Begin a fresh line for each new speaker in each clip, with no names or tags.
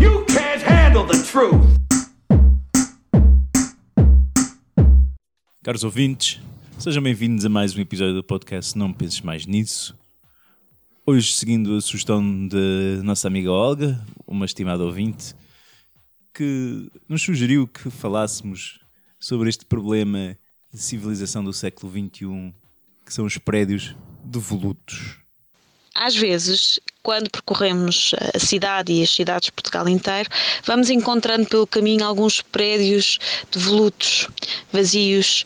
You can't handle the truth.
Caros ouvintes, sejam bem-vindos a mais um episódio do podcast Não Penses Mais Nisso. Hoje, seguindo a sugestão de nossa amiga Olga, uma estimada ouvinte, que nos sugeriu que falássemos sobre este problema de civilização do século XXI, que são os prédios devolutos.
Às vezes, quando percorremos eh, a cidade e as cidades de Portugal inteiro, vamos encontrando pelo caminho alguns prédios devolutos, vazios,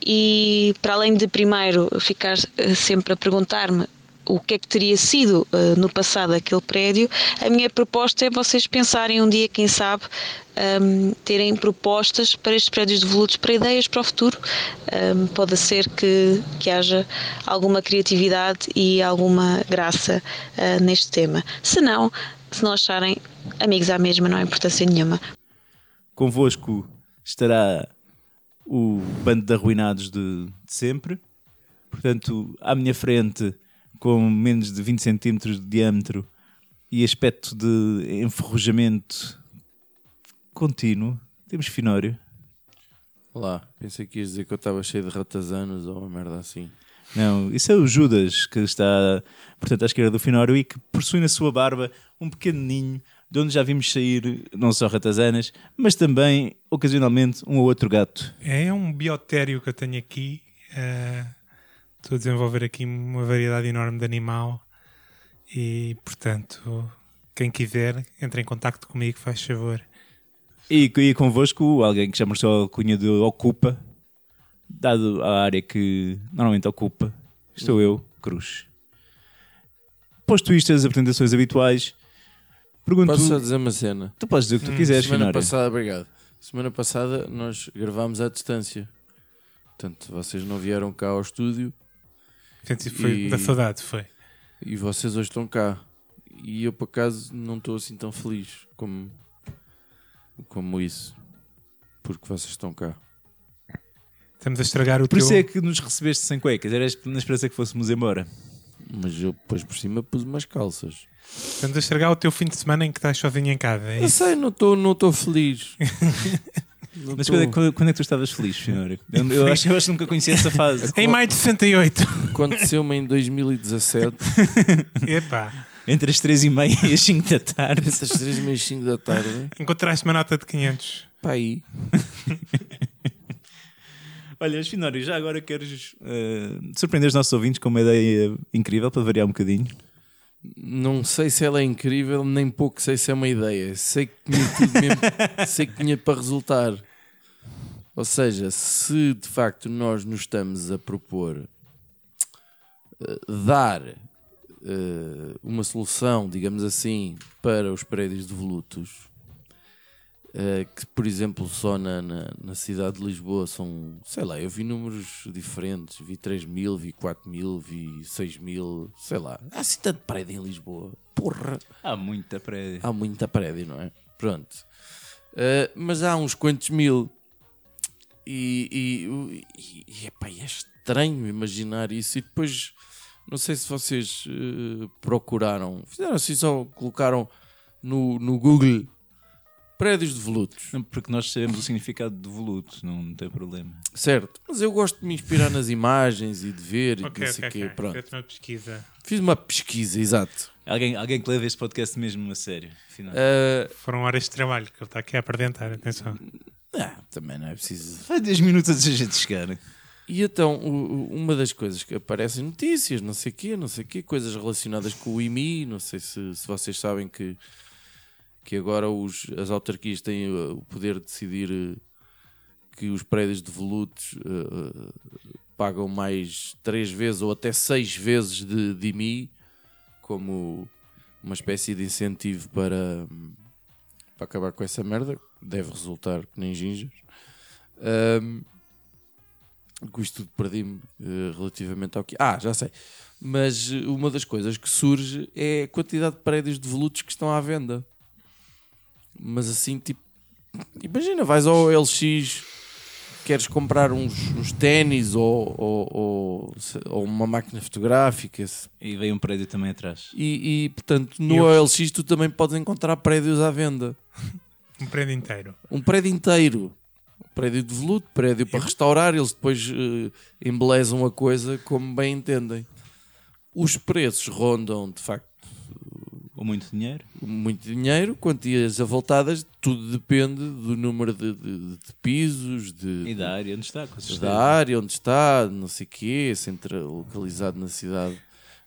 e para além de primeiro ficar eh, sempre a perguntar-me o que é que teria sido eh, no passado aquele prédio, a minha proposta é vocês pensarem um dia, quem sabe, ahm, terem propostas para estes prédios devolutos, para ideias para o futuro. Ahm, pode ser que, que haja alguma criatividade e alguma graça ah, neste tema. Se não, se não acharem, amigos à mesma, não há importância nenhuma.
Convosco estará o bando de arruinados de, de sempre. Portanto, à minha frente, com menos de 20 centímetros de diâmetro e aspecto de enferrujamento contínuo, temos Finório.
Olá, pensei que ias dizer que eu estava cheio de ratazanos ou uma merda assim.
Não, isso é o Judas, que está, portanto, à esquerda do Finório e que possui na sua barba um pequeno ninho de onde já vimos sair não só ratazanas, mas também, ocasionalmente, um ou outro gato.
É um biotério que eu tenho aqui. eh, Estou a desenvolver aqui uma variedade enorme de animal. E, portanto, quem quiser, entre em contacto comigo, faz favor.
E, e convosco alguém que já mostrou a cunha de Ocupa, dado a área que normalmente ocupa, estou eu, Cruz. Posto isto as apresentações habituais, pergunto.
Posso só dizer uma cena?
Tu podes dizer o que tu quiseres,
Semana
é.
Finório.
passada, obrigado. Semana passada nós gravámos à distância. Portanto, vocês não vieram cá ao estúdio
Portanto, isso foi
E-
da saudade, foi.
e vocês hoje estão cá. E eu, por acaso, não estou assim tão feliz como, como isso. Porque vocês estão cá.
Estamos a estragar o
Por isso
teu...
é que nos recebeste sem cuecas, era na esperança que fôssemos embora.
Mas eu, depois por cima, pus umas calças.
Estamos a estragar o teu fim de semana em que estás sozinho em casa. é
Eu
isso?
sei, não estou não estou feliz. Não
Mas
tô.
quando é, quando- quando é que tu estavas feliz, Finório? Eu, eu acho, eu acho que nunca conheci essa fase.
É
Em maio de 68.
Aconteceu-me em 2017.
Epá,
Entre as 3 e meia e as 5 da tarde.
Essas três e meia, cinco da tarde,
encontraste uma nota de 500.
pá aí.
Olha, Finório, já agora queres eh, surpreender os nossos ouvintes com uma ideia incrível para variar um bocadinho?
Não sei se ela é incrível, nem pouco sei se é uma ideia. Sei que tinha tudo mesmo, sei que tinha para resultar. Ou seja, se de facto nós nos estamos a propor eh, dar eh, uma solução, digamos assim, para os prédios devolutos, eh, que por exemplo só na, na, na cidade de Lisboa são, sei lá, eu vi números diferentes, vi 3 mil, vi 4 mil, vi 6 mil, sei lá. Há assim tanto prédio em Lisboa, porra!
Há muita prédio.
Há muita prédio, não é? Pronto. Ah, mas há uns quantos mil. E, e, o- e- e, epá, é estranho imaginar isso. E depois, não sei se vocês eh, procuraram, fizeram assim, só colocaram no, no Google prédios devolutos.
Não, Porque nós sabemos o significado do voluto, não tem problema.
Certo, mas eu gosto de me inspirar nas imagens e de ver e de
Ok,
não sei
ok,
quê.
ok.
Pronto.
Fizeste uma pesquisa.
Fiz uma pesquisa, exato.
Alguém, alguém que leva este podcast mesmo a sério, afinal.
Ah,
Foram horas de trabalho que ele está aqui a apresentar, atenção.
ah, também não é preciso
Faz 10 minutos antes de a gente chegar.
E então, o- o- uma das coisas que aparecem notícias, não sei quê, não sei quê, coisas relacionadas com o IMI, não sei se, se vocês sabem que, que agora os, as autarquias têm uh, o poder de decidir uh, que os prédios devolutos uh, uh, pagam mais três vezes ou até seis vezes de, de IMI, como uma espécie de incentivo para, hum, para acabar com essa merda, deve resultar que nem gingas. Hum, com isto tudo perdi-me eh, relativamente ao que. Ah, já sei. Mas eh, uma das coisas que surge é a quantidade de prédios devolutos que estão à venda. Mas assim, tipo, imagina, vais ao LX, queres comprar uns, uns ténis ou, ou, ou- ou uma máquina fotográfica se-
E veio um prédio também atrás.
e, e, portanto, no
E eu-
OLX tu também podes encontrar prédios à venda.
Um prédio inteiro.
Um prédio inteiro. Um Prédio de veludo, prédio para restaurar, eles depois eh, embelezam a coisa como bem entendem. Os preços rondam, de facto,
Ou muito dinheiro.
muito dinheiro, quantias avultadas, tudo depende do número de, de- de pisos, de,
E da área onde está, com
da
certeza.
área onde está, não sei o quê, se entra localizado na cidade,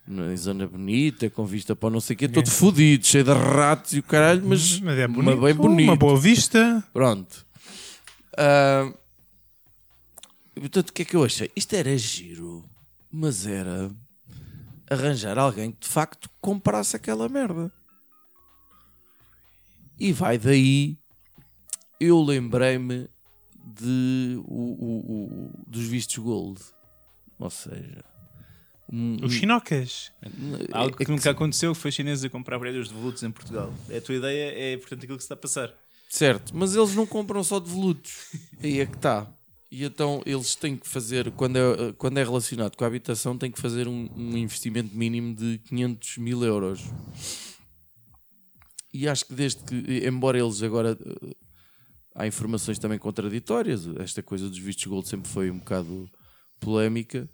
na em zona bonita, com vista para o não sei o quê, todo fodido, cheio de ratos e o caralho, mas,
É. Mas é
mas
bonito,
bem bonito.
uma boa vista.
Pronto. Ah, e, portanto, o que é que eu achei? Isto era giro, mas era arranjar alguém que de facto comprasse aquela merda. E vai daí, eu lembrei-me de o- o- o- dos vistos gold. Ou seja, um-
Os chinocas.
Algo
é
que nunca aconteceu, que foi chineses a comprar prédios de volutos em Portugal. A tua ideia é, portanto, aquilo que se está a passar.
Certo, mas eles não compram só de volutos. Aí é que está. E então eles têm que fazer, quando é, quando é relacionado com a habitação, têm que fazer um, um investimento mínimo de 500 mil euros. E acho que desde que, embora eles agora. eh, Há informações também contraditórias. Esta coisa dos vistos gold sempre foi um bocado polémica.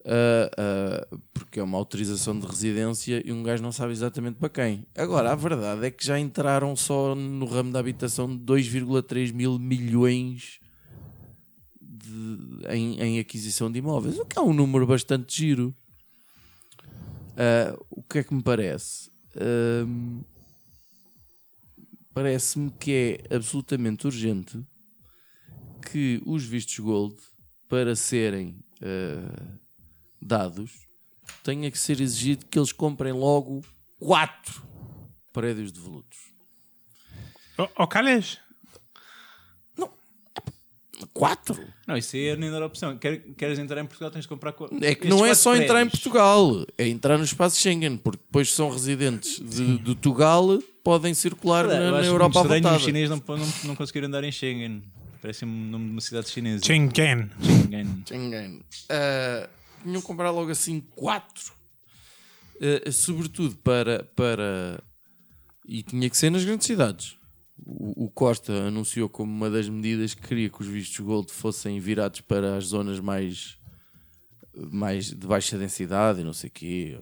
Uh, uh, porque é uma autorização de residência e um gajo não sabe exatamente para quem. Agora, a verdade é que já entraram só no ramo da habitação 2,3 mil milhões de- em, em aquisição de imóveis, o que é um número bastante giro. Uh, o que é que me parece? Um, Parece-me que é absolutamente urgente que os vistos gold, para serem uh, dados, tenha que ser exigido que eles comprem logo quatro prédios de volutos.
Ó oh, Calhas,
Quatro?
Não, isso aí é a menor opção. Quer- Queres entrar em Portugal, tens de comprar. co-
É que
estes
não é
quatro
só entrar em
prédios.
Portugal, é entrar no espaço Schengen, porque depois são residentes de, do Tugal, podem circular
Claro,
na,
eu
na
acho
Europa à
muito estranho
vontade.
os chineses não, não, não conseguiram andar em Schengen. Parece-me o nome de uma cidade chinesa.
Shenzhen.
Schengen.
Schengen. Ah, tinham que comprar logo assim quatro. Ah, sobretudo para, para. E tinha que ser nas grandes cidades. O, o Costa anunciou como uma das medidas que queria que os vistos Gold fossem virados para as zonas mais. Mais de baixa densidade e não sei o quê,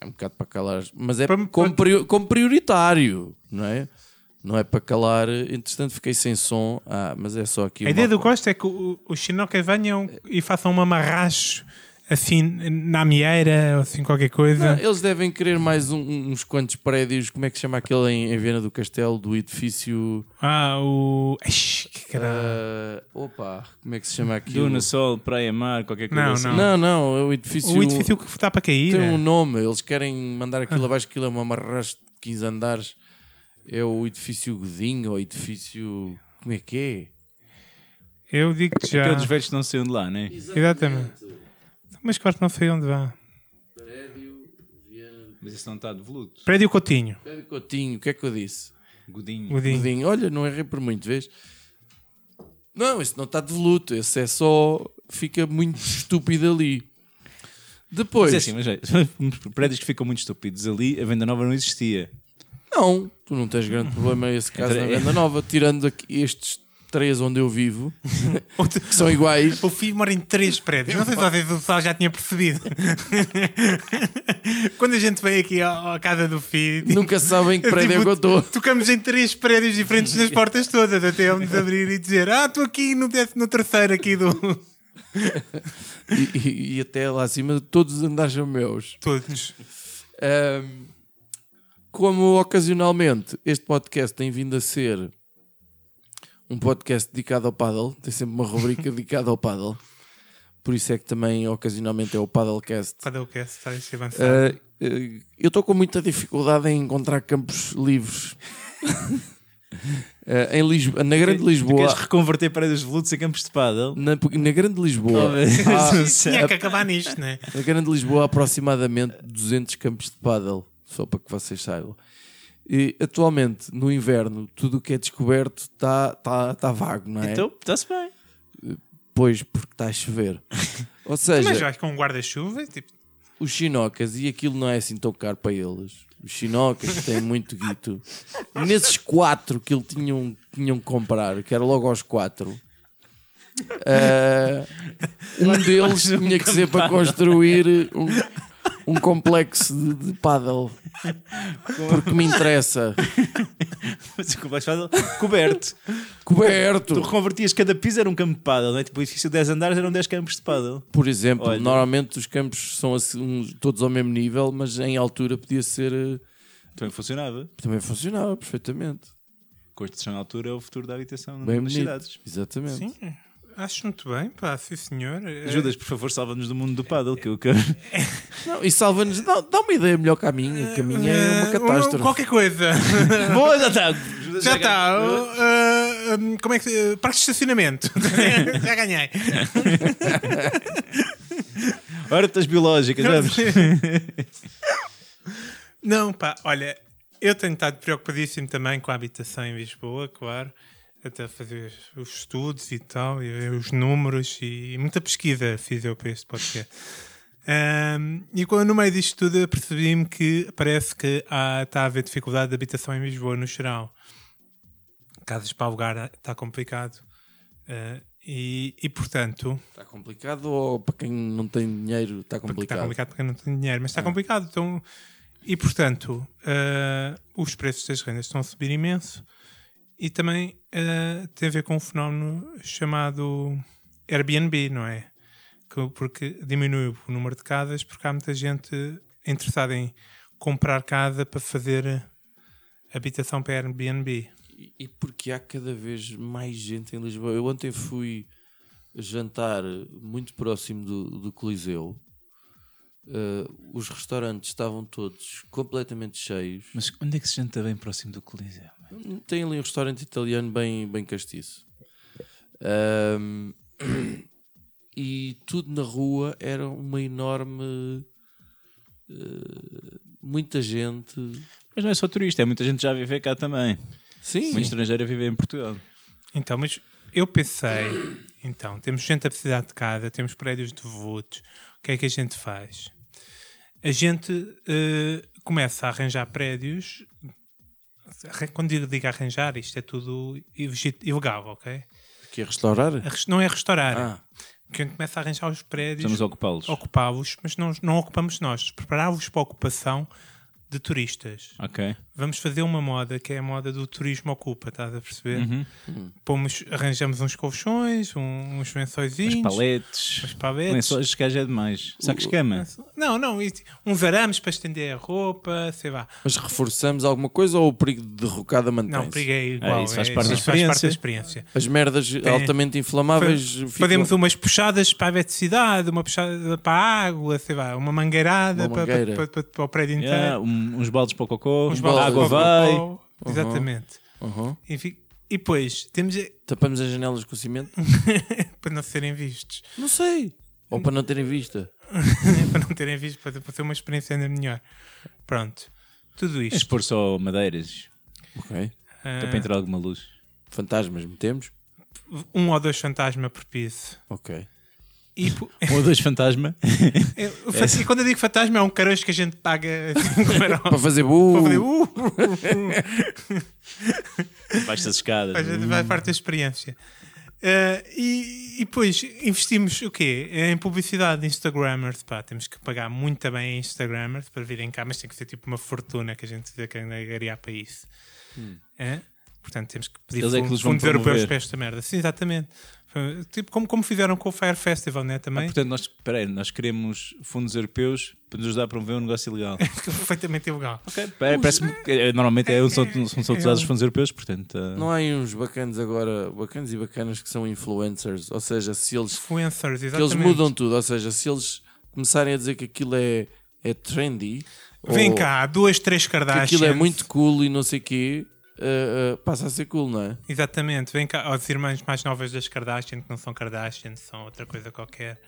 é um bocado para calar, mas é
Para-
como, prior- como prioritário, não é? Não é para calar. Entretanto, fiquei sem som, ah, mas é só aqui.
A
uma
ideia do Costa é que o- os chinocas venham e façam um amarracho assim na mieira ou assim qualquer coisa.
Não, eles devem querer mais um- uns quantos prédios. Como é que se chama aquele em, em Viana do Castelo? Do edifício.
Ah, o. Ixi, que caralho.
ah, opa, como é que se chama aquilo?
Duna, sol, praia, mar, qualquer coisa
Não,
assim.
não.
Não, não, é o edifício.
Ah, o edifício que é. Ah. está para cair.
tem um nome. Eles querem mandar aquilo abaixo, aquilo é uma marraste de 15 andares. É o edifício Godinho, ou edifício. Como é que é?
Eu digo que já.
Aqueles velhos que não saiam de lá, né?
Exatamente. Mas claro que não sei onde vá.
Mas isso não está de voluto.
Prédio Coutinho.
Pedro Coutinho, o que é que eu disse?
Godinho.
Godinho.
Godinho. Olha, não errei por muito, vês? Não, esse não está de voluto, esse é só. fica muito estúpido ali. Depois.
Mas é assim, mas é, prédios que ficam muito estúpidos ali, a venda nova não existia.
Não, tu não tens grande problema esse caso na
Entre-
venda nova, tirando aqui estes três onde eu vivo, que são iguais.
O filho mora em três prédios. Não sei se vocês o pessoal já tinha percebido. Quando a gente veio aqui à, à casa do filho. tipo,
Nunca sabem que prédio é que eu estou.
Tocamos em três prédios diferentes nas portas todas, até ele nos abrir e dizer: Ah, estou aqui no, décimo- no terceiro aqui do.
E, e- e até lá acima, todos os andares são meus.
Todos.
Ahm, como ocasionalmente este podcast tem vindo a ser um podcast dedicado ao paddle, tem sempre uma rubrica dedicada ao paddle, por isso é que também ocasionalmente é o paddlecast.
Cadê o que é? Está a ser avançado.
Ah, ah, eu estou com muita dificuldade em encontrar campos livres. Ah, em Lisboa, na Grande
Tu
Lisboa,
queres reconverter prédios de volutos em campos de pádel?
na, na Grande Lisboa, Ah,
Talvez.
há-
Tinha que acabar nisto, né?
Na Grande Lisboa há aproximadamente 200 campos de pádel, só para que vocês saibam. E, atualmente, no inverno, tudo o que é descoberto está tá, tá vago, não é?
Então, está-se bem.
Pois, porque está a chover. Ou
Mas
seja,
já com um guarda-chuva, tipo,
os chinocas, e aquilo não é assim tão caro para eles. Os chinocas têm muito guito. Nesses quatro que ele tinham, tinham um que comprar, que era logo aos quatro, ah, um deles tinha que ser para construir um, um complexo de, de paddle. Porque me interessa.
Mas o que vais fazer? Coberto.
Coberto!
tu reconvertias cada piso era um campo de paddle, não é? Tipo, o edifício de 10 andares eram 10 campos de paddle.
Por exemplo,
Olha.
normalmente os campos são assim, uns- todos ao mesmo nível, mas em altura podia ser. eh,
Então funcionava.
Também funcionava perfeitamente.
Construção na altura é o futuro da habitação
Bem
nas
bonito.
cidades.
Exatamente.
sim, acho muito bem, pá, sim senhor. Eh,
Judas, por favor, salva-nos do mundo do paddle, que eu quero.
Não, e salva-nos, dá, dá uma ideia melhor que a minha, que a minha é
eh,
uma catástrofe.
Qualquer coisa.
Boa, já está. Judas
Já tá.
ganhou.
está. uh, um, como é que. se- uh, Parque de estacionamento. já ganhei.
Hortas biológicas, vamos.
Não, pá, olha, eu tenho estado preocupadíssimo também com a habitação em Lisboa, claro. Até fazer os estudos e tal, e ver os números e muita pesquisa fiz eu para este podcast. Ahm, e quando no meio disto tudo eu percebi-me que parece que há- está a haver dificuldade de habitação em Lisboa no geral. Casas para alugar está complicado. Ah, e, e, portanto,
Está complicado ou para quem não tem dinheiro está
porque está
complicado?
complicado porque eu não tenho dinheiro, mas está complicado. Então, e portanto, ah, os preços das rendas estão a subir imenso e também ah, tem a ver com um fenómeno chamado Airbnb, não é? Que- Porque diminui o número de casas porque há muita gente interessada em comprar casa para fazer habitação para Airbnb.
E, e porque há cada vez mais gente em Lisboa. Eu ontem fui jantar muito próximo do, do Coliseu. Eh, os restaurantes estavam todos completamente cheios.
Mas onde é que se janta bem próximo do Coliseu?
Tem ali um restaurante italiano bem, bem castiço. Ahm, e tudo na rua era uma enorme. eh, muita gente.
Mas não é só turista, é muita gente já vive cá também.
Sim,
Uma estrangeira vive em Portugal.
Então, mas eu pensei, então, temos gente a precisar de casa, temos prédios devotos, o que é que a gente faz? A gente eh, começa a arranjar prédios. Arran- Quando digo, digo arranjar, isto é tudo ilegi- ilegal, ok?
que é restaurar?
A res- Não é restaurar.
Ah.
Porque a gente começa a arranjar os prédios,
Estamos a ocupá-los.
ocupá-los, mas não, não ocupamos nós. Prepará-los para a ocupação de turistas
Ok.
vamos fazer uma moda que é a moda do turismo ocupa, estás a perceber?
Uhum.
Pomos, arranjamos uns colchões, um- uns
Os
lençóizinhos,
paletes.
uns paletes.
Lençóis de gajo é demais. Sacos de cama.
Não, não, isso- uns arames para estender a roupa, sei lá.
Mas reforçamos alguma coisa ou o perigo de derrocada
Não,
mantém-se?
preguei
É
igual. é
isso faz parte da
da
experiência.
experiência.
As merdas altamente inflamáveis.
Fa-
ficam-
Fazemos umas puxadas para a eletricidade, uma puxada para a água, sei lá, uma mangueirada
Uma
para,
mangueira.
para- para- para o prédio inteiro.
Yeah, um- uns baldes para o cocô.
uns
a
baldes
água
para o
vai.
cocó. Exatamente.
Uhum.
Enfim, e depois, temos a-
Tapamos as janelas com cimento?
para não serem vistos.
Não sei. Ou para não terem vista.
para não terem visto, para para ter uma experiência ainda melhor. Pronto, tudo
Tens de
isto.
pôr É só madeiras.
Ok.
Ah,
Até para entrar alguma luz.
Fantasmas metemos?
um ou dois fantasma por piso.
Ok.
E, po-
Um ou dois fantasma.
eu- eu faço- e quando eu digo fantasma, é um carojo que a gente paga 5
Para
euros.
fazer bu.
Para fazer, uh,
Baixo das escadas.
a gente
Hum.
vai parte da experiência. Ah, e, e depois investimos o quê? Em publicidade, Instagrammers, pá, temos que pagar muito bem a Instagrammers para virem cá, mas tem que ser tipo uma fortuna que a gente vê que angariar para isso.
Hum.
Hã? Portanto, temos que pedir
Eles é que
fundos,
nos vão
fundos europeus
promover.
para esta merda. Sim, exatamente. Foi- Tipo, como, como fizeram com o Fire Festival, né? Também.
Ah,
Ah,
Portanto, nós, peraí, nós queremos fundos europeus para nos ajudar a promover um negócio ilegal.
perfeitamente ilegal.
Ok, pera- Parece-me que eh, normalmente é onde são, onde são usados os fundos europeus, portanto. eh,
Não há aí uns bacanas agora, bacanas e bacanas que são influencers, ou seja, se eles,
Influencers,
que eles
exatamente.
mudam tudo, ou seja, se eles começarem a dizer que aquilo é, é trendy,
Vem
ou
cá, duas, três
que
Kardashians.
aquilo é muito cool e não sei o quê, ah, ah, passa a ser cool, não é?
Exatamente, vem cá, as irmãs mais novas das Kardashian, que não são Kardashian, são outra coisa qualquer.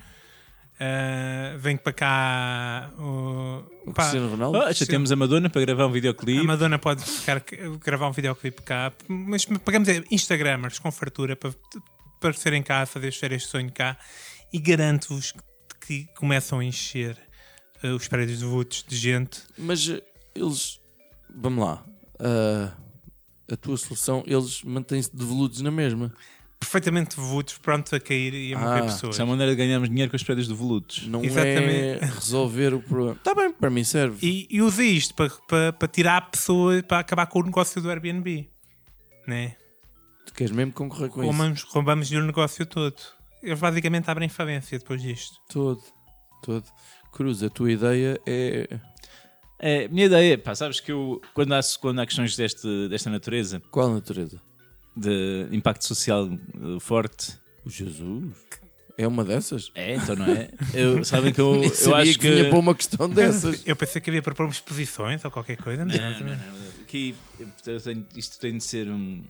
Ah, vem para cá o, pá,
Cristiano Ronaldo?
Ah, já temos a Madonna para gravar um videoclipe.
a Madonna pode ficar, gravar um videoclipe cá, mas pagamos é, Instagramers com fartura para aparecerem cá, fazer as férias de sonho cá e garanto-vos que começam a encher eh, os prédios de votos de gente.
Mas eh, eles. Vamos lá. Ah, a tua solução, eles mantêm-se devolutos na mesma.
perfeitamente devotos, pronto a cair e a morrer
Ah,
pessoas.
Isso é uma maneira de ganharmos dinheiro com os prédios de volutos.
Não
Exatamente. Tá
é resolver o problema. Está bem, para mim serve.
E, e usei isto para, para, para tirar pessoas, para acabar com o negócio do Airbnb. Né?
Tu queres mesmo concorrer com isso?
Roubamos, roubamos-lhe o negócio todo. Eles basicamente abrem falência depois disto.
Todo. Todo. Cruz, a tua ideia é.
É, minha ideia, pá, sabes que eu, quando há, quando há questões deste, desta natureza,
Qual natureza?
de impacto social eh, forte,
O Jesus? É uma dessas?
é, então não é? Eu, sabem que eu,
Nem
eu
sabia
acho
que, vinha para uma questão dessas.
Eu pensei que havia para pôr exposições ou qualquer coisa, não,
Não, É, não, não. Que eu tenho- isto tem de ser um.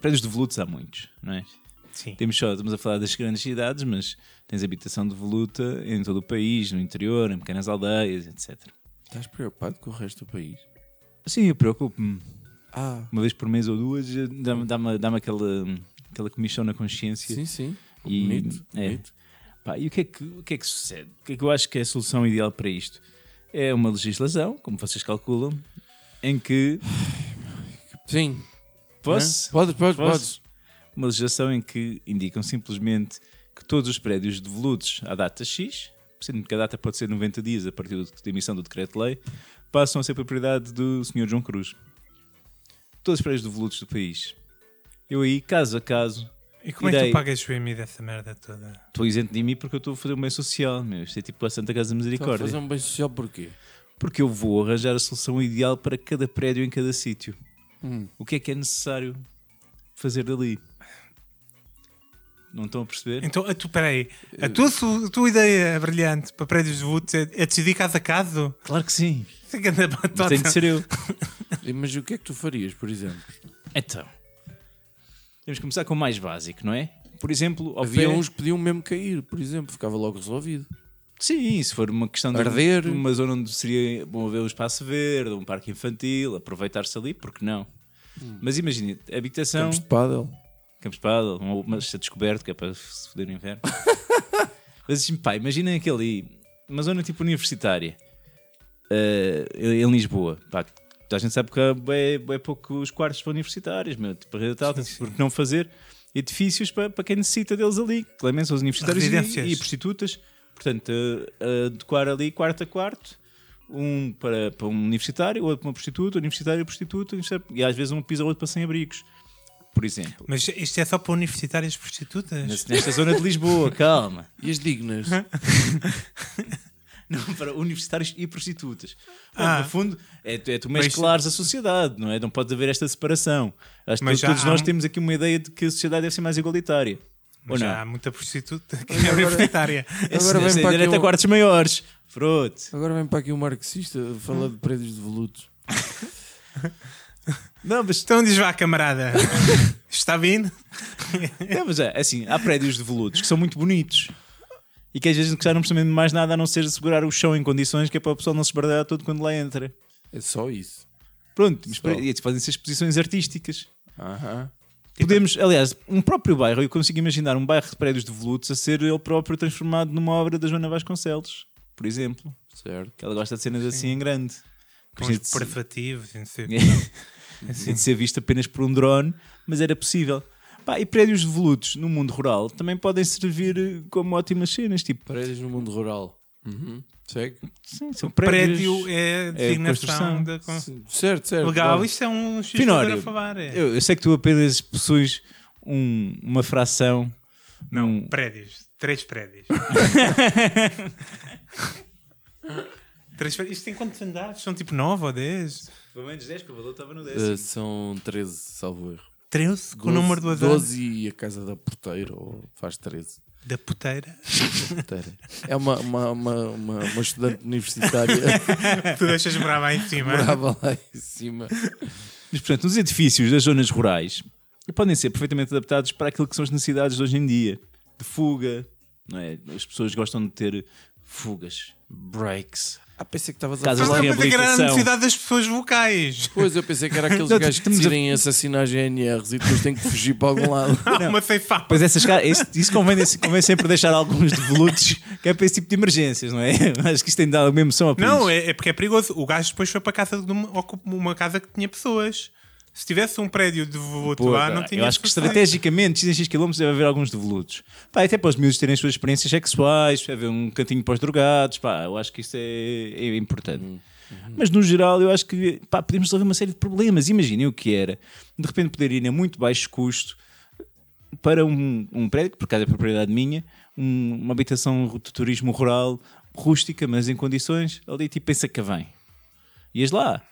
Prédios de volutos há muitos, não é?
Sim.
Temos só, estamos a falar das grandes cidades, mas tens habitação de voluta em todo o país, no interior, em pequenas aldeias, etc.
Estás preocupado com o resto do país?
Sim, Assim, eu preocupo-me.
Ah,
Uma vez por mês ou duas já dá-me dá dá aquela, aquela comissão na consciência.
sim, sim.
E-
Bonito.
é.
bonito.
Pá, e o que, é que, o que é que sucede? O que é que eu acho que é a solução ideal para isto? É uma legislação, como vocês calculam, em que
Sim.
posso,
Hã? Podes, podes,
Posso?
podes.
uma legislação em que indicam simplesmente que todos os prédios devolutos à data X, sendo que a data pode ser 90 dias a partir do- da emissão do decreto-lei, passam a ser propriedade do Sr. João Cruz. Todos os prédios devolutos do país. Eu aí, caso a caso,
E como é que
Irei.
tu pagas o IMI dessa merda toda?
estou isento de mim porque eu estou a fazer um bem social. Meu. Isto é tipo a Santa Casa da
Estás a
Misericórdia.
fazer um bem social porquê?
porque eu vou arranjar a solução ideal para cada prédio em cada sítio. O que é que é necessário fazer dali? Não estão a perceber?
Então, a tu, peraí, a tua, su- a tua ideia brilhante para prédios de votos é, é decidir caso a caso?
Claro que sim.
Isso é que anda
Mas
batota.
tem de ser eu.
Mas o que é que tu farias, por exemplo?
Então, temos que começar com o mais básico, não é? Por exemplo, ao
Havia
pé-
uns que podiam mesmo cair, por exemplo, ficava logo resolvido.
Sim, se for uma questão de
Arder.
de uma zona onde seria bom haver um espaço verde, um parque infantil, aproveitar-se ali, porque não? Mas imagina, habitação.
Campos de pádel.
Campos de Pádel, um- mas está descoberto que é para se foder no inverno. mas assim, pá, imaginem aquele uma zona tipo universitária eh, em Lisboa, pá, toda a gente sabe que há bué- bué poucos quartos para universitários, meu, tipo, a rede tal, porque não fazer edifícios para, para quem necessita deles ali, que lá imenso, os universitários e,
Residências.
e prostitutas, portanto, eh, adequar ali quarto a quarto. Um para, para um universitário, outro para uma prostituta, um universitário, prostituta, universitário, e às vezes um pisa o outro para sem abrigos, por exemplo.
Mas isto é só para universitárias prostitutas?
Neste- Nesta zona de Lisboa, calma.
E as dignas?
Não, para universitários e prostitutas. Bom,
Ah.
no fundo, é, é tu
Mas-
mesclares a sociedade, não é? Não pode haver esta separação. Acho que
Mas já
todos
há
nós
um-
temos aqui uma ideia de que a sociedade deve ser mais igualitária.
Mas
ou não?
já há muita prostituta que é universitária.
Agora
vem
vem
para
para direto
aqui
a
um-
quartos maiores. Pronto.
Agora vem para aqui um marxista falar de prédios de volutos.
Não, mas,
Então diz vá, camarada. Está vindo?
não, mas é, assim, há prédios de volutos que são muito bonitos. E que às vezes já não precisam de mais nada a não ser assegurar o chão em condições que é para o pessoal não se baralhar todo quando lá entra.
É só isso.
Pronto, mas,
Só.
e podem ser exposições artísticas.
Aham.
Podemos, aliás, um próprio bairro, eu consigo imaginar um bairro de prédios de volutos a ser ele próprio transformado numa obra da Joana Vasconcelos, por exemplo.
Certo.
Que ela gosta de cenas assim em grande.
Com
Precisa
os
de, ser,
preservativos e não sei o quê.
precisa de ser visto apenas por um drone, mas era possível. Pá, e prédios de volutos no mundo rural também podem servir eh, como ótimas cenas, tipo,
Prédios no mundo rural. Uhum. Segue?
sim, são prédios.
Prédio é a
construção.
designação da con-
Sim. Certo, certo.
Legal,
Bom,
isto é um
Finório,
gestor a falar. É.
Eu, eu sei que tu apenas possuis um- uma fração. Um- Não,
Prédios, três prédios. três prédios. Isto tem quantos andares? São tipo 9 ou 10?
pelo menos 10, que o valor estava no
eh, são 13, salvo erro.
13 com é assim. o número do azar
12 e a casa da porteira, ou faz 13.
da puteira.
Porteira. É uma, uma, uma, uma, uma estudante universitária
tu deixas brava aí em cima.
morava lá em cima.
Mas, portanto, os edifícios das zonas rurais podem ser perfeitamente adaptados para aquilo que são as necessidades de hoje em dia. De fuga, não é? As pessoas gostam de ter fugas, breaks.
Ah, pensei que estavas a
Casas
Mas é
de
falar.
eu pensei que era a
reabilitação.
necessidade das pessoas vocais.
Pois, eu pensei que era aqueles
Não,
gajos que
estamos a-
decidem assassinar GNRs e depois têm que fugir para algum lado.
Não, uma ceifada.
Pois essas ca- isso, isso convém, isso convém sempre deixar alguns devolutos, que é para esse tipo de emergências, não é? Acho que isto tem dado a mesma som a
Não,
países.
é, é porque é perigoso. O gajo depois foi para casa de uma, ocup- uma casa que tinha pessoas. Se tivesse um prédio de vulto
Pô,
lá,
cara,
Ah, não tinha.
eu acho que
pessoas.
estrategicamente, X em X quilómetros, deve haver alguns devolutos. Pá, até para os miúdos terem as suas experiências sexuais, deve haver um cantinho para os drogados, pá, eu acho que isso é, é importante. Mas no geral, eu acho que pá, podemos resolver uma série de problemas. Imaginem o que era, de repente, poder ir a muito baixo custo para um, um prédio, que por acaso é propriedade minha, um- uma habitação de turismo rural, rústica, mas em condições, ali tipo em Sacavém. Ias lá.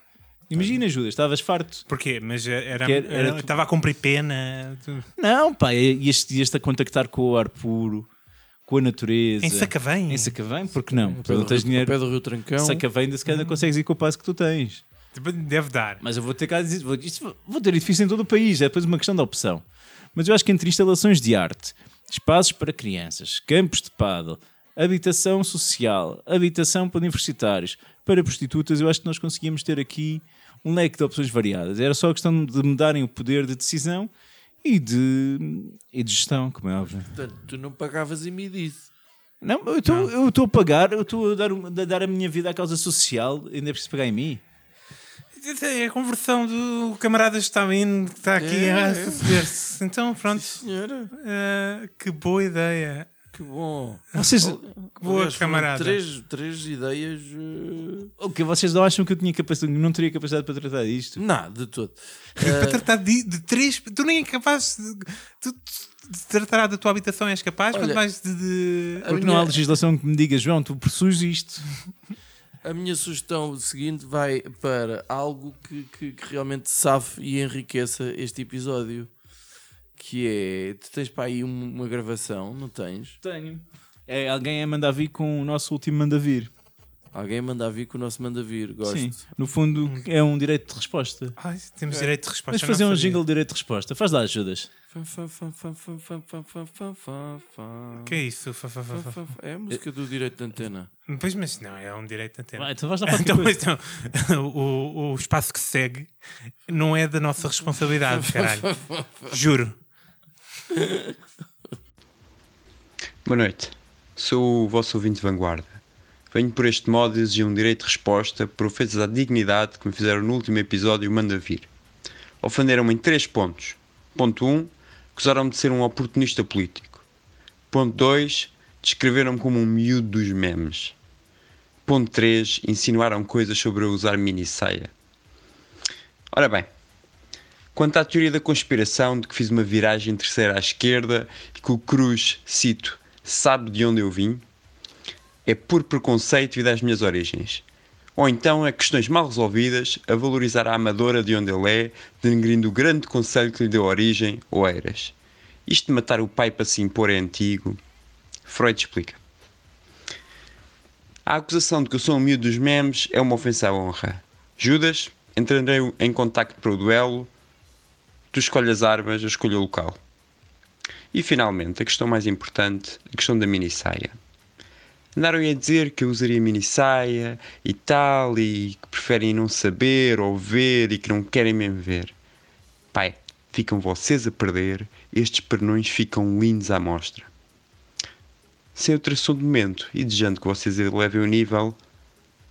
Imagina, Judas, estavas farto.
Porquê? Mas era,
Que era- tipo- era
era- estava a cumprir pena. Tu-
Não, pá, ias- ias-te a contactar com o ar puro, com a natureza.
Em Sacavém?
Em Sacavém, porque não? Tu não tens
Ao pé
dinheiro.
do Rio Trancão.
Sacavém, ainda sequer não consegues ir com o passo que tu tens.
Deve dar.
Mas eu vou ter cá dizer, vou, isto- vou ter edifício em todo o país, é depois uma questão de opção. Mas eu acho que entre instalações de arte, espaços para crianças, campos de pádel, habitação social, habitação para universitários, para prostitutas, eu acho que nós conseguíamos ter aqui um leque de opções variadas. Era só a questão de me darem o poder de decisão e de, e de gestão, como é óbvio.
Portanto, tu não pagavas e me disse.
Não, eu estou- eu estou a pagar, eu estou a dar, uma- a dar a minha vida à causa social, ainda é preciso pagar em mim.
É a conversão do camarada que está indo, que está aqui
É,
a
é.
suceder-se. Então, pronto.
Senhora,
Ah, que boa ideia.
que bom.
Vocês,
Que boa,
Aliás, foram
camarada.
Três, três ideias. eh,
O que vocês não acham que eu tinha capacidade, não teria capacidade para tratar disto?
Nada, de todo.
eh,
Eh,
Para tratar de, de três. Tu nem é capaz. De, tu, tu- de tratar da tua habitação és capaz,
Olha,
quanto mais de. de-
a
Porque não há legislação que me diga, João, tu possuis isto.
A minha sugestão seguinte vai para algo que, que- que realmente safe e enriqueça este episódio. Que é. Tu tens para aí um- uma gravação, não tens?
Tenho. É, alguém a mandar vir com o nosso último manda vir.
Alguém manda vir que o nosso manda vir, gosto.
Sim. No fundo, é um direito de resposta.
Ai, temos direito de resposta.
Vamos
não
fazer um
sabia.
jingle de direito de resposta. Faz lá, ajudas.
Fã, fã, fã, fã, fã, fã, fã, fã, fã, fã, fã.
Que é isso? Fá, fá, fá,
Fã,
fá.
fã, fã. É a música do direito de antena.
Pois, mas não, é um direito de
Vai,
antena.
então vais lá qualquer
Então,
coisa.
então o, o espaço que segue não é da nossa responsabilidade, caralho. Juro.
Boa noite, sou o vosso ouvinte de vanguarda. Venho por este modo exigir um direito de resposta por ofensas à dignidade que me fizeram no último episódio e manda vir. Ofenderam-me em três pontos. Ponto 1, um, acusaram-me de ser um oportunista político. Ponto 2, descreveram-me como um miúdo dos memes. Ponto 3, insinuaram coisas sobre eu usar mini saia. Ora bem, Quanto à teoria da conspiração de que fiz uma viragem terceira à esquerda e que o Cruz, cito, sabe de onde eu vim, é por preconceito devido às minhas origens. Ou então a questões mal resolvidas a valorizar a amadora de onde ele é, denegrindo o grande conselho que lhe deu origem, Oeiras. Isto de matar o pai para se impor é antigo. Freud explica. A acusação de que eu sou um miúdo dos memes é uma ofensa à honra. Judas, entrarei em contacto para o duelo, tu escolhes armas, eu escolho o local. E finalmente, a questão mais importante, a questão da minissaia. Andaram a dizer que eu usaria minissaia e tal, e que preferem não saber ou ver e que não querem mesmo ver. Pai, ficam vocês a perder, estes pernões ficam lindos à mostra. Sem outra som de momento e desejando que vocês elevem o nível,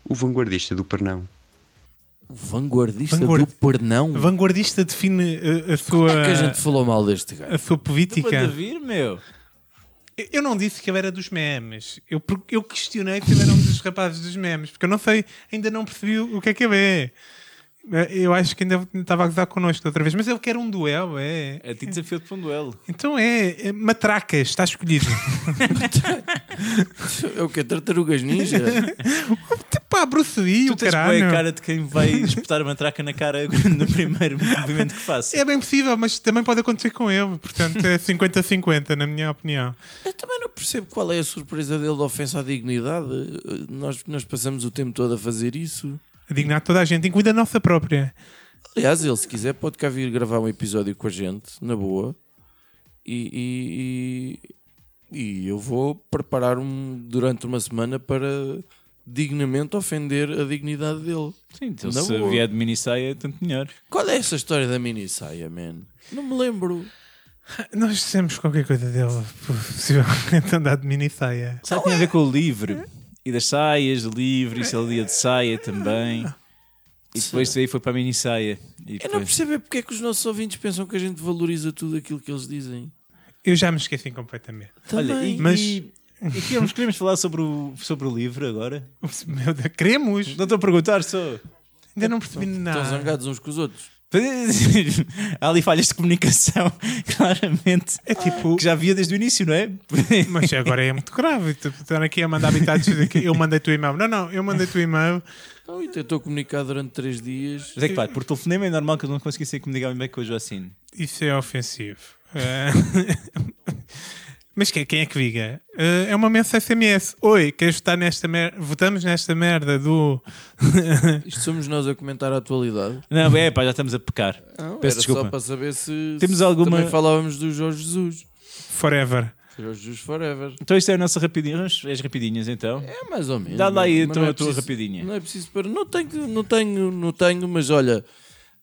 o vanguardista do pernão.
Vanguardista
Vanguard-
do Pernão.
Vanguardista define uh, a, sua,
Como é que a gente falou mal deste
a
gajo?
sua
Manda
política.
vir, meu.
Eu não disse que eu era dos memes. Eu, per- eu questionei se eu era um dos rapazes dos memes, porque eu não sei, ainda não percebi o que é que eu é. Eu acho que ainda estava a gozar connosco da outra vez, mas eu quero um duelo, é.
A ti desafio de um duelo.
Então é, é matracas, está escolhido.
É o que? Tartarugas Ninja?
tipo, pá, Bruce Lee,
Tu
o
tens bem a
caralho.
cara de quem vai espetar uma traca na cara no primeiro movimento que faça.
É bem possível, mas também pode acontecer com ele. Portanto, é 50-50, na minha opinião.
Eu também não percebo qual é a surpresa dele da ofensa à dignidade. Eh, Nós, nós passamos o tempo todo a fazer isso.
Dignar toda a gente, incluindo a nossa própria.
Aliás, ele, se quiser, pode cá vir gravar um episódio com a gente, na boa. E, e- E eu vou preparar um durante uma semana para dignamente ofender a dignidade dele.
Sim, então
Na
se
boa.
vier de mini saia, tanto melhor.
Qual é essa história da mini saia, man? Não me lembro.
Nós dissemos qualquer coisa dele, possivelmente andar de mini saia.
Sabe, tem a ver com o livre. E das saias, do livre, isso é o dia de saia também. E depois isso aí foi para a mini saia. E
Eu não
depois...
percebo é porque é que os nossos ouvintes pensam que a gente valoriza tudo aquilo que eles dizem.
Eu já me esqueci completamente.
Olha, e,
Mas-
e, e queremos, queremos falar sobre o, sobre o livro agora?
Meu Deus, queremos!
Não estou a perguntar, só.
Ainda não percebi
Estão
nada.
zangados uns com os outros.
Há ali falhas de comunicação, claramente.
É tipo,
Que já havia desde o início, não é?
mas agora é muito grave. Tipo, Estão aqui a mandar habitados daqui. Eu mandei tu e-mail. Não, não, eu mandei tu e-mail.
Não, e tentou comunicar durante três dias.
Mas é que, pá, por telefonema é normal que eu não conseguisse comunicar bem com o Joacine.
Isso é ofensivo. Eh, mas quem, quem é que liga? Eh, é uma mensagem SMS. Oi, queres votar nesta merda? Votamos nesta merda do.
Isto somos nós a comentar a atualidade.
Não, é pá, já estamos a pecar.
Não,
Peço
era
desculpa.
só para saber se
Temos
se
alguma-
também falávamos do Jorge Jesus.
Forever.
Jorge Jesus Forever.
Então isto é a nossa rapidinha. As rapidinhas então.
É mais ou menos.
Dá lá aí
Mas
então
não é
a tua
preciso-
rapidinha.
Não é preciso para. Não tenho, não tenho, não tenho, mas olha,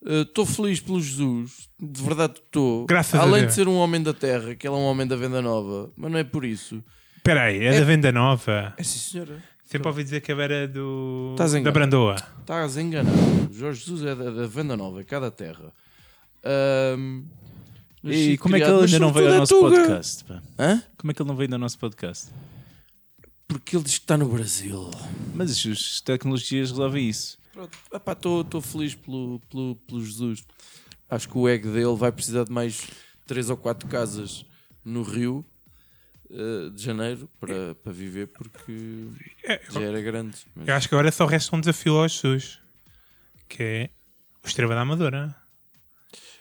estou feliz pelo Jesus. De verdade estou.
Graças a
Além
Deus.
de ser um homem da terra, que ele é um homem da venda nova, mas não é por isso.
Espera aí, é, da venda nova.
É sim, senhora.
Sempre ouvi dizer que eu era do.
Estás
da
enganado.
Brandoa.
Estás enganado. Jorge Jesus é da, da venda nova, é cá da terra. Ahm,
E
nascido,
como é que
criado,
ele
mas
ainda não veio ao
sobretudo
nosso
é Tuga.
podcast? pá?
Hã?
Como é que ele não veio ao nosso podcast?
Porque ele diz que está no Brasil.
Mas as tecnologias resolvem isso.
Pronto, estou feliz pelo, pelo, pelo Jesus. Acho que o egg dele vai precisar de mais 3 ou 4 casas no Rio eh, de Janeiro para, para viver, porque já era grande. Mas
É, Eu acho que agora só resta um desafio ao Jesus. Que é o Estrela da Amadora.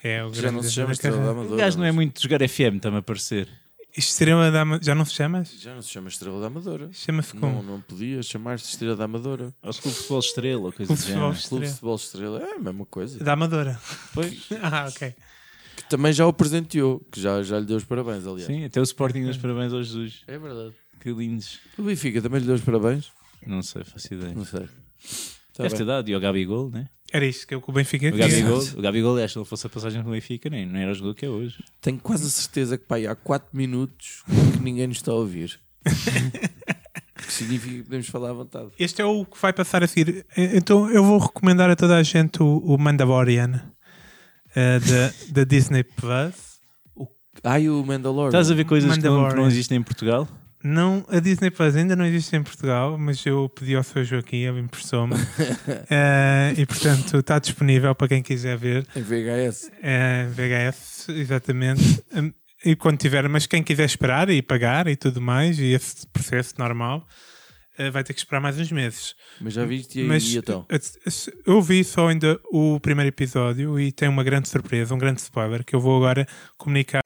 É o
já
grande
não se
desafio da
chama Estrela
carreira.
da
O
Amadora.
gajo não é
mas-
muito de jogar FM, está-me a parecer.
Estrela da Amadora. Já não se chama?
Já não se chama Estrela da Amadora.
Chama-se
Não,
como?
não podia chamar-se Estrela da Amadora.
Ou se Clube de Futebol Estrela ou coisa
Clube
do
de Futebol
género.
Clube de
Estrela.
Futebol Estrela é a mesma coisa.
Da Amadora.
Pois.
Ah, ok.
Que também já o presenteou, que já, já lhe deu os parabéns, aliás.
Sim, até o Sporting deu os parabéns ao Jesus.
É verdade.
Que lindos.
O Benfica também lhe deu os parabéns?
Não sei, faço ideia.
Não sei. Tá
Esta
bem.
idade, e o Gabigol, né?
Era isto que eu com o Benfica
O
tinha.
Gabigol, o Gabigol, aliás, se ele fosse a passagem com o Benfica, nem, não era o jogo que é hoje.
Tenho quase a certeza que pá, há 4 minutos que ninguém nos está a ouvir. O que significa que podemos falar à vontade.
Este é o que vai passar a seguir. Eh, Então eu vou recomendar a toda a gente o, o Mandalorian eh, da, da Disney Plus.
Ai, o Mandalorian.
Estás a ver coisas que não,
Mandalorian.
que não existem em Portugal?
Não, a Disney Plus ainda não existe em Portugal, mas eu pedi ao seu Joaquim, ele impressou-me. Eh, e portanto está disponível para quem quiser ver.
Em VHS.
Eh, VHS, exatamente. Hum, E quando tiver, mas quem quiser esperar e pagar e tudo mais, e esse processo normal, eh, vai ter que esperar mais uns meses.
Mas já viste e,
Mas eh,
e então?
eu- eu vi só ainda o primeiro episódio e tem uma grande surpresa, um grande spoiler que eu vou agora comunicar